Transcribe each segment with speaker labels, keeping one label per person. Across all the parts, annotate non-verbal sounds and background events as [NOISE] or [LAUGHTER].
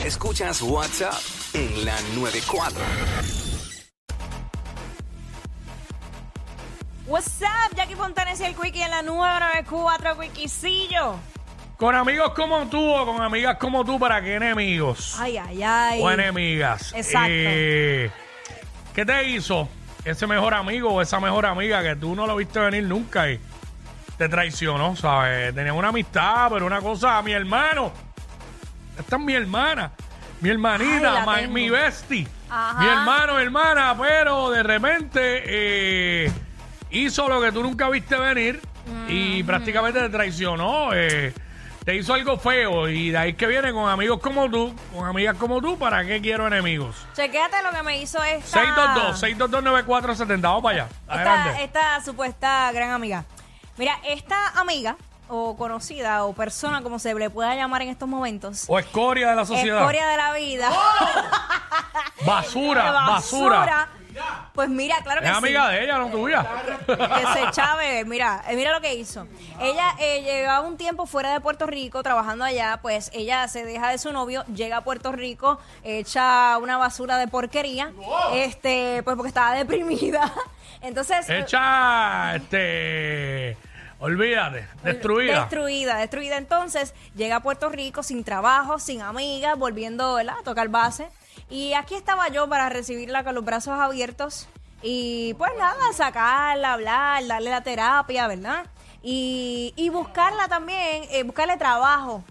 Speaker 1: Escuchas WhatsApp en la 94.
Speaker 2: What's up, Jackie Fontanes y el Quickie en la 994 Quickiecillo.
Speaker 3: Con amigos como tú o con amigas como tú, ¿para qué enemigos?
Speaker 2: Ay, ay, ay.
Speaker 3: O enemigas.
Speaker 2: Exacto.
Speaker 3: Eh, ¿Qué te hizo ese mejor amigo o esa mejor amiga que tú no lo viste venir nunca y te traicionó, ¿sabes? Tenían una amistad, pero una cosa, mi hermano. Esta es mi hermana, mi hermanita,
Speaker 2: Ay, la
Speaker 3: my-
Speaker 2: tengo.
Speaker 3: mi bestie,
Speaker 2: Ajá.
Speaker 3: mi hermano, hermana, pero de repente eh, hizo lo que tú nunca viste venir y prácticamente te traicionó. eh, te hizo algo feo y de ahí es que viene con amigos como tú, con amigas como tú, ¿para qué quiero enemigos?
Speaker 2: Chequéate lo que me hizo esta.
Speaker 3: 622-622-9470. Vamos para allá.
Speaker 2: esta,
Speaker 3: Adelante.
Speaker 2: esta supuesta gran amiga. Mira, esta amiga o conocida o persona, como se le pueda llamar en estos momentos,
Speaker 3: O escoria de la sociedad.
Speaker 2: escoria de la vida, [LAUGHS]
Speaker 3: Basura, basura.
Speaker 2: basura. Pues mira, claro que
Speaker 3: Es
Speaker 2: sí.
Speaker 3: amiga de ella, no tuya.
Speaker 2: que
Speaker 3: [LAUGHS]
Speaker 2: se echaba a beber. Mira, eh, mira lo que hizo. Ella eh, llevaba un tiempo fuera de Puerto Rico trabajando allá, pues ella se deja de su novio, llega a Puerto Rico, echa una basura de porquería, este, pues porque estaba deprimida. [LAUGHS] Entonces,
Speaker 3: Hecha, este. Olvídate, destruida.
Speaker 2: Destruida, destruida. Entonces, llega a Puerto Rico sin trabajo, sin amigas, volviendo ¿verdad? a tocar base. Y aquí estaba yo para recibirla con los brazos abiertos. Y pues nada, sacarla, hablar, darle la terapia, ¿verdad? Y, y buscarla también, eh, buscarle trabajo.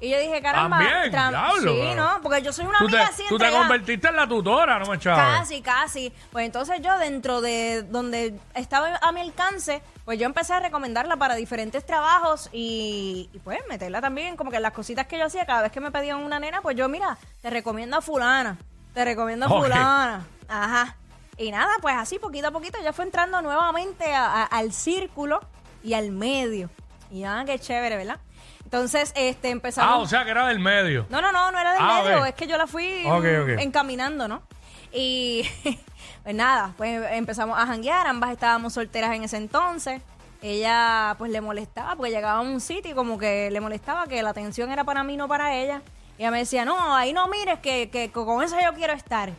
Speaker 2: Y yo dije, caramba,
Speaker 3: También,
Speaker 2: tra-
Speaker 3: diablo,
Speaker 2: sí,
Speaker 3: pero-
Speaker 2: ¿no? Porque yo soy una
Speaker 3: tú te,
Speaker 2: amiga así
Speaker 3: tú te
Speaker 2: entregada.
Speaker 3: convertiste en la tutora, no me echaba.
Speaker 2: Casi, casi. Pues entonces yo dentro de donde estaba a mi alcance, pues yo empecé a recomendarla para diferentes trabajos y, y, pues meterla también como que las cositas que yo hacía cada vez que me pedían una nena, pues yo mira, te recomiendo a fulana, te recomiendo a
Speaker 3: Ok.
Speaker 2: fulana. Ajá. Y nada, pues así poquito a poquito ya fue entrando nuevamente a- a- al círculo y al medio. Y ah, qué chévere, ¿verdad? Entonces, este empezamos
Speaker 3: Ah, o sea que era del medio.
Speaker 2: no, no, no, no era del
Speaker 3: Ah,
Speaker 2: medio,
Speaker 3: ok.
Speaker 2: es que yo la fui
Speaker 3: Ok,
Speaker 2: mm,
Speaker 3: ok.
Speaker 2: encaminando, ¿no? Y [LAUGHS] pues nada, pues empezamos a janguear, ambas estábamos solteras en ese entonces. Ella pues le molestaba porque llegaba a un sitio y como que le molestaba que la atención era para mí, no para ella. Y ella me decía, no, ahí no mires, que, que con esa yo quiero estar.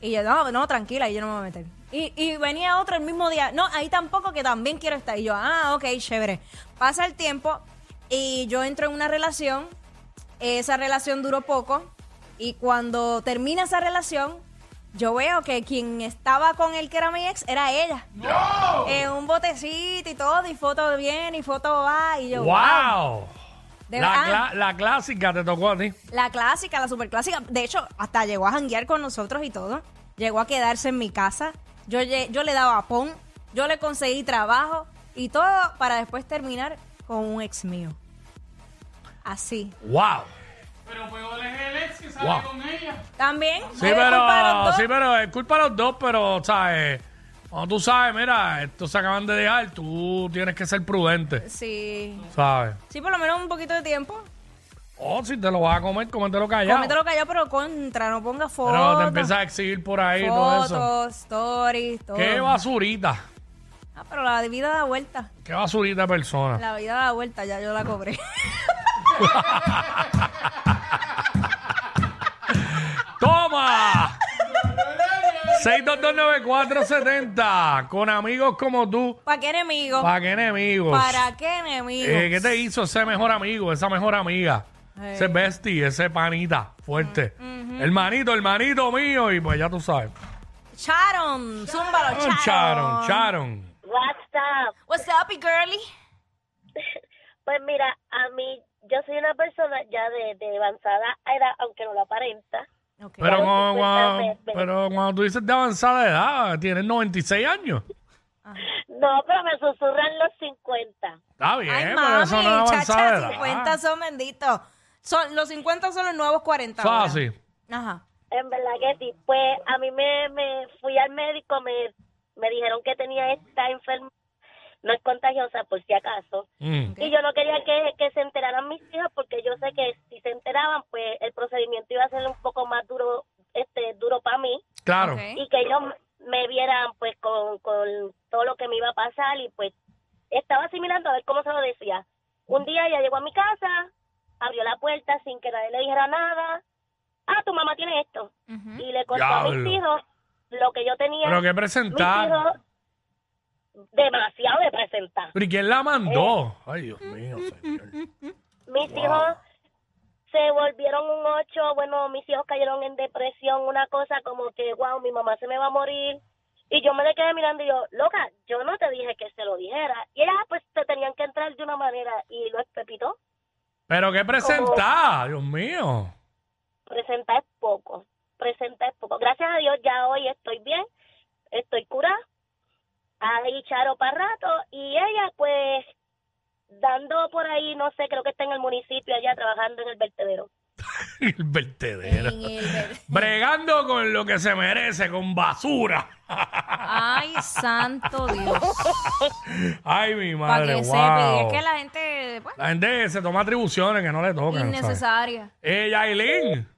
Speaker 2: Y yo, no, no, tranquila, yo no me voy a meter. Y, y venía otro el mismo día, no, ahí tampoco, que también quiero estar. Y yo, ah, ok, chévere. Pasa el tiempo y yo entro en una relación esa relación duró poco y cuando termina esa relación, yo veo que quien estaba con él que era mi ex era ella. En un botecito y todo, y foto viene y foto va, y yo,
Speaker 3: ¡Wow!
Speaker 2: wow. De
Speaker 3: La,
Speaker 2: verdad.
Speaker 3: cla- la clásica te tocó a ti.
Speaker 2: La clásica, la superclásica. De hecho, hasta llegó a janguear con nosotros y todo. Llegó a quedarse en mi casa. Yo, lle- yo le daba pon, yo le conseguí trabajo y todo para después terminar con un ex mío. Así.
Speaker 3: ¡Wow!
Speaker 4: Pero peor es el ex que sale
Speaker 3: Wow.
Speaker 4: con ella.
Speaker 2: También.
Speaker 3: Sí,
Speaker 2: fue culpa de los
Speaker 3: pero,
Speaker 2: dos.
Speaker 3: sí, pero es culpa de los dos, pero, ¿sabes? Cuando tú sabes, mira, estos se acaban de dejar, tú tienes que ser prudente,
Speaker 2: Sí.
Speaker 3: ¿sabes?
Speaker 2: Sí, por lo menos un poquito de tiempo.
Speaker 3: O si te lo vas a comer, coméntelo callado.
Speaker 2: Comételo callado, pero contra, no ponga fotos.
Speaker 3: Pero te empiezas a exhibir por ahí todo eso.
Speaker 2: Fotos, stories, todo.
Speaker 3: ¡Qué basurita!
Speaker 2: Ah, pero la vida da vuelta.
Speaker 3: ¡Qué basurita de persona!
Speaker 2: La vida da vuelta, ya yo la cobré. [LAUGHS]
Speaker 3: ¡Toma! 6229470 Con amigos como tú,
Speaker 2: ¿Para qué enemigo?
Speaker 3: ¿para qué enemigos?
Speaker 2: ¿Para qué enemigo?
Speaker 3: Eh, ¿Qué te hizo ese mejor amigo, esa mejor amiga?
Speaker 2: Eh.
Speaker 3: Ese bestie, ese panita fuerte.
Speaker 2: Mm,
Speaker 3: Hermanito, hermanito mío, y pues ya tú sabes.
Speaker 2: Charon, zúmbalo, Charon.
Speaker 3: Charon, Charon.
Speaker 5: WhatsApp.
Speaker 2: What's up, y girly?
Speaker 5: Pues mira, a mí, yo soy una persona ya de, de avanzada edad, aunque no lo aparenta.
Speaker 2: Ok.
Speaker 3: Pero
Speaker 5: Claro,
Speaker 3: cuando,
Speaker 5: sí,
Speaker 3: cuando-
Speaker 5: cuéntame, ven.
Speaker 3: pero cuando tú dices de avanzada edad, tienes 96 años.
Speaker 5: No, pero me susurran los 50.
Speaker 3: Está bien,
Speaker 2: Ay,
Speaker 3: pero
Speaker 2: mami,
Speaker 3: eso no es avanzada Ah.
Speaker 2: chacha,
Speaker 3: edad.
Speaker 2: 50 son benditos. Son, los 50 son los nuevos 40. ahora.
Speaker 3: Fácil.
Speaker 2: Ajá.
Speaker 5: En verdad que sí. Pues a mí me, me fui al médico, me, me dijeron que tenía esta enfermedad, no es contagiosa por si acaso.
Speaker 3: Mm.
Speaker 2: Ok.
Speaker 5: Y yo no quería que, que se enteraran mis hijas porque yo sé que si se enteraban, pues el procedimiento iba a ser un poco más duro, este, duro para mí.
Speaker 3: Claro.
Speaker 2: Ok.
Speaker 5: y que ellos me vieran pues con, con todo lo que me iba a pasar y pues estaba asimilando a ver cómo se lo decía. Un día ella llegó a mi casa, abrió la puerta sin que nadie le dijera nada. Ah, es esto? Y le costó a mis
Speaker 3: Diablo.
Speaker 5: hijos lo que yo tenía.
Speaker 3: Pero que
Speaker 5: mis
Speaker 3: presentar.
Speaker 5: hijos demasiado de presentar.
Speaker 3: ¿Pero y quién la mandó? Ay, Dios mío, señor.
Speaker 5: Mis hijos se volvieron un ocho, bueno, mis hijos cayeron en depresión, una cosa como que, wow, mi mamá se me va a morir. Y yo me le quedé mirando y yo, loca, yo no te dije que se lo dijera. Y ellas pues se tenían que entrar de una manera y lo repito,
Speaker 3: Pero que presentar, Dios mío. [LAUGHS]
Speaker 5: presentar es poco, presentar es poco. Gracias a Dios ya hoy estoy bien, estoy curada, ahí charo para rato y ella pues dando por ahí, no sé, creo que está en el municipio allá trabajando en el vertedero.
Speaker 3: El vertedero.
Speaker 2: En el ver-
Speaker 3: Bregando con lo que se merece,
Speaker 2: [LAUGHS]
Speaker 3: con basura.
Speaker 2: Ay, santo Dios.
Speaker 3: Ay, mi
Speaker 2: Para
Speaker 3: madre,
Speaker 2: que
Speaker 3: wow.
Speaker 2: sepa. Y es que la gente, pues,
Speaker 3: La gente se toma atribuciones que no le tocan. ¿sabes?
Speaker 2: innecesaria.
Speaker 3: Eh, Yailin.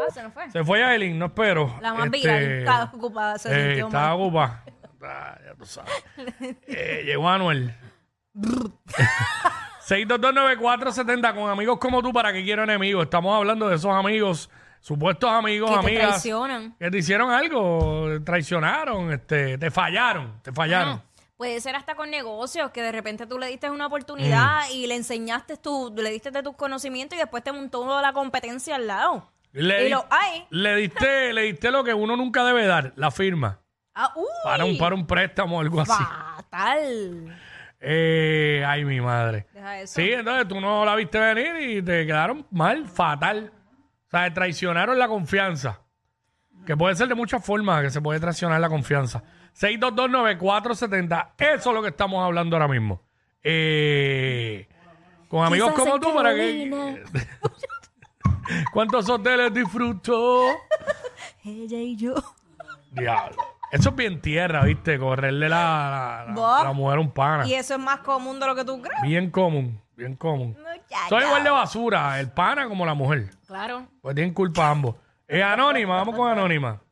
Speaker 2: Ah, se nos fue.
Speaker 3: Se fue Yailin, no espero.
Speaker 2: La más
Speaker 3: Este,
Speaker 2: viral estaba ocupada, se
Speaker 3: eh,
Speaker 2: sintió
Speaker 3: estaba
Speaker 2: mal.
Speaker 3: ocupada. [LAUGHS] Ah, ya
Speaker 2: [LAUGHS]
Speaker 3: tú sabes. Eh, llegó Anuel. 6229470 con amigos como tú para que quiero enemigos. Estamos hablando de esos amigos, supuestos amigos,
Speaker 2: Que te
Speaker 3: amigas.
Speaker 2: traicionan.
Speaker 3: que te hicieron algo, traicionaron, este, te fallaron, te fallaron.
Speaker 2: No, Puede ser hasta con negocios, que de repente tú le diste una oportunidad
Speaker 3: Mm.
Speaker 2: y le enseñaste tú, le diste de tus conocimientos y después te montó toda la competencia al lado.
Speaker 3: Le,
Speaker 2: y
Speaker 3: di-
Speaker 2: lo ay.
Speaker 3: le
Speaker 2: [LAUGHS]
Speaker 3: diste, le diste lo que uno nunca debe dar, la firma.
Speaker 2: Ah, uy,
Speaker 3: Para un, para un préstamo o algo así.
Speaker 2: fatal.
Speaker 3: Eh, ay, mi madre.
Speaker 2: Deja eso.
Speaker 3: Sí, entonces tú no la viste venir y te quedaron mal, fatal. O sea, te traicionaron la confianza. Que puede ser de muchas formas que se puede traicionar la confianza. 6229470. Eso es lo que estamos hablando ahora mismo. Eh, con amigos
Speaker 2: Quizás
Speaker 3: como
Speaker 2: en
Speaker 3: tú, para que. [LAUGHS] ¿Cuántos hoteles disfruto?
Speaker 2: Ella y yo.
Speaker 3: Diablo. Eso es bien tierra, ¿viste? Correrle la, la, la-
Speaker 2: Bob.
Speaker 3: la mujer a un pana.
Speaker 2: Y eso es más común de lo que tú crees.
Speaker 3: Bien común, bien común.
Speaker 2: Muchacha.
Speaker 3: Soy igual de basura, el pana como la mujer.
Speaker 2: Claro.
Speaker 3: Pues tienen culpa ambos. Es anónima, vamos con anónima.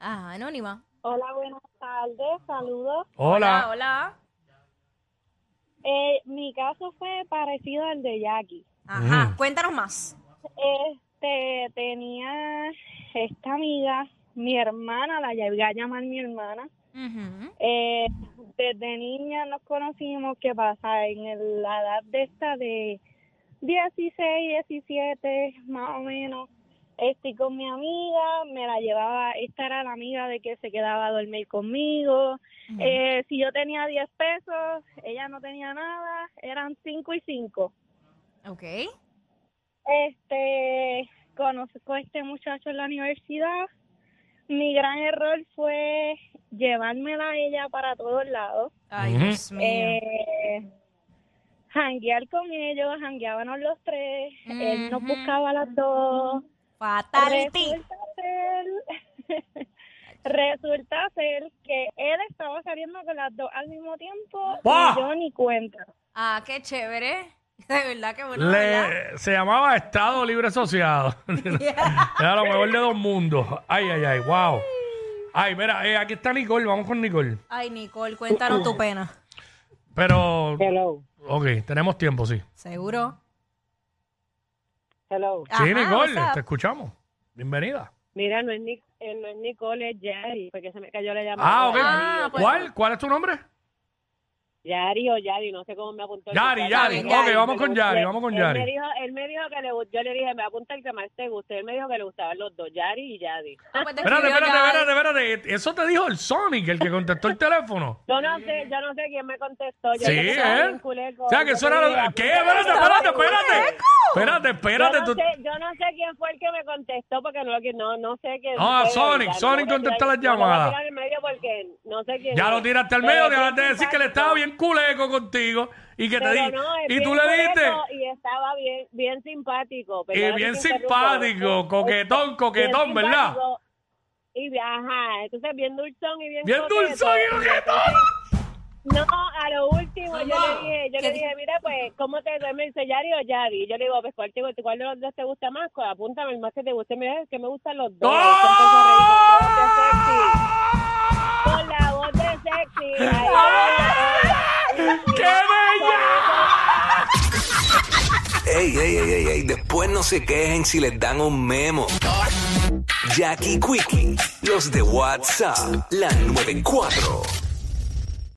Speaker 2: Ah, anónima.
Speaker 5: Hola, buenas tardes, saludos.
Speaker 2: Hola,
Speaker 3: Hola.
Speaker 2: hola.
Speaker 5: Eh, mi caso fue parecido al de Jackie.
Speaker 2: Ajá,
Speaker 3: Mm.
Speaker 2: cuéntanos más.
Speaker 5: Este, tenía esta amiga, mi hermana, la llegué a llamar mi hermana.
Speaker 2: Ujú.
Speaker 5: Eh, desde niña nos conocimos, ¿qué pasa? En el- la edad de esta de 16, 17, más o menos. Estoy con mi amiga, me la llevaba, esta era la amiga de que se quedaba a dormir conmigo. Eh, si yo tenía 10 pesos, ella no tenía nada, eran 5 y 5.
Speaker 2: Ok.
Speaker 5: Este, conozco a este muchacho en la universidad. Mi gran error fue llevármela a ella para todos lados.
Speaker 2: Ay,
Speaker 3: Ujú.
Speaker 2: Dios mío.
Speaker 5: Eh, janguear con ellos, jangueábamos los tres. Él nos
Speaker 2: Ujú.
Speaker 5: buscaba a las dos.
Speaker 2: Fatality.
Speaker 5: Resulta ser, [LAUGHS] resulta ser que él estaba saliendo con las dos al mismo tiempo
Speaker 3: ¡Bah!
Speaker 5: y yo ni cuenta.
Speaker 2: Ah, qué chévere. [LAUGHS] De verdad, qué bueno. ¿verdad?
Speaker 3: Le- se llamaba Estado
Speaker 2: [LAUGHS]
Speaker 3: Libre Asociado. Era lo mejor de dos mundos. Ay, ay, ay, wow. Ay, mira, eh, aquí está Nicole, vamos con Nicole.
Speaker 2: Ay, Nicole, cuéntanos tu pena.
Speaker 3: Pero,
Speaker 6: Hello,
Speaker 3: ok, tenemos tiempo, sí.
Speaker 2: Seguro.
Speaker 6: hello.
Speaker 2: Ajá,
Speaker 3: sí, Nicole, este-
Speaker 2: what's up?
Speaker 3: te escuchamos. Bienvenida.
Speaker 6: Mira, no es, Nic- eh, no es Nicole, es Yari, porque se me cayó la llamada.
Speaker 3: Ah, ok.
Speaker 2: Ah, pues-
Speaker 3: ¿Cuál? ¿Cuál es tu nombre?
Speaker 6: Yari o Yari, no sé cómo me apuntó. el
Speaker 3: Yari,
Speaker 6: muchacho.
Speaker 3: Yari.
Speaker 2: Yari,
Speaker 3: Ok, vamos con Yari,
Speaker 6: Él-
Speaker 3: vamos con
Speaker 6: él Me
Speaker 3: Yari.
Speaker 6: dijo, él me dijo que le gust- yo le dije, me apunta el que más te guste. Él me dijo que le gustaban los dos, Yari y Yari.
Speaker 2: Ah, pues te
Speaker 3: Espérate,
Speaker 2: escribió
Speaker 3: espérate,
Speaker 2: ya.
Speaker 3: espérate, espérate. Eso te dijo el Sonic, el que contestó el teléfono.
Speaker 6: Yo no sé, yo no sé quién me contestó. Yo
Speaker 3: Sí,
Speaker 6: sé que
Speaker 3: ¿eh?
Speaker 6: estaba bien culé con-
Speaker 3: O sea, que
Speaker 6: yo
Speaker 3: eso
Speaker 6: le
Speaker 3: era
Speaker 6: dije,
Speaker 3: lo... ¿Qué?
Speaker 6: "Apunta el
Speaker 3: Espérate,
Speaker 6: que más
Speaker 3: espérate,
Speaker 6: te guste".
Speaker 3: espérate. Espérate, espérate.
Speaker 6: Yo no,
Speaker 3: tú-
Speaker 6: sé, yo no sé quién fue el que me contestó porque no, que no, no sé quién.
Speaker 3: Ah,
Speaker 6: fue,
Speaker 3: Sonic,
Speaker 6: ¿verdad?
Speaker 3: Sonic
Speaker 6: No voy a
Speaker 3: contestó las
Speaker 6: tirar- no lo voy a
Speaker 3: llamadas.
Speaker 6: tirar en medio porque no sé quién
Speaker 3: Ya
Speaker 6: es.
Speaker 3: lo tiraste al
Speaker 6: Pero
Speaker 3: medio,
Speaker 6: es
Speaker 3: dejaste de decir que le estaba
Speaker 6: simpático.
Speaker 3: bien culeco contigo y que te
Speaker 6: Pero
Speaker 3: di...
Speaker 6: no, es
Speaker 3: y tú
Speaker 6: bien
Speaker 3: le dijiste...
Speaker 6: correcto Y estaba bien, bien simpático.
Speaker 3: Y
Speaker 6: perdona que
Speaker 3: bien
Speaker 6: te interrumpa.
Speaker 3: simpático, coquetón, coquetón,
Speaker 6: Bien
Speaker 3: ¿verdad?
Speaker 6: simpático. Y ajá, entonces bien dulzón y bien
Speaker 3: Bien
Speaker 6: coqueto.
Speaker 3: dulzón y coquetón.
Speaker 6: No, a lo último yo
Speaker 3: Mamá.
Speaker 6: le dije, yo
Speaker 2: ¿Qué
Speaker 6: le
Speaker 2: di-
Speaker 6: dije, mira, pues, ¿cómo te duele? Me dice Yari o Yari. Y yo le digo, pues, ¿cuál, te, gusta? cuál de los dos te gusta más? Pues, apúntame el más que te guste. Mira, es que me gustan los dos. Y se empezó
Speaker 3: ¡Oh!
Speaker 6: a reír con la voz de sexy. Con la voz de sexy. Ay,
Speaker 3: ¡Ah! ¡Qué bella!
Speaker 1: Ey, ey, ey, ey, ey, después no se quejen si les dan un memo. Jackie Quickie, los de WhatsApp, la 94.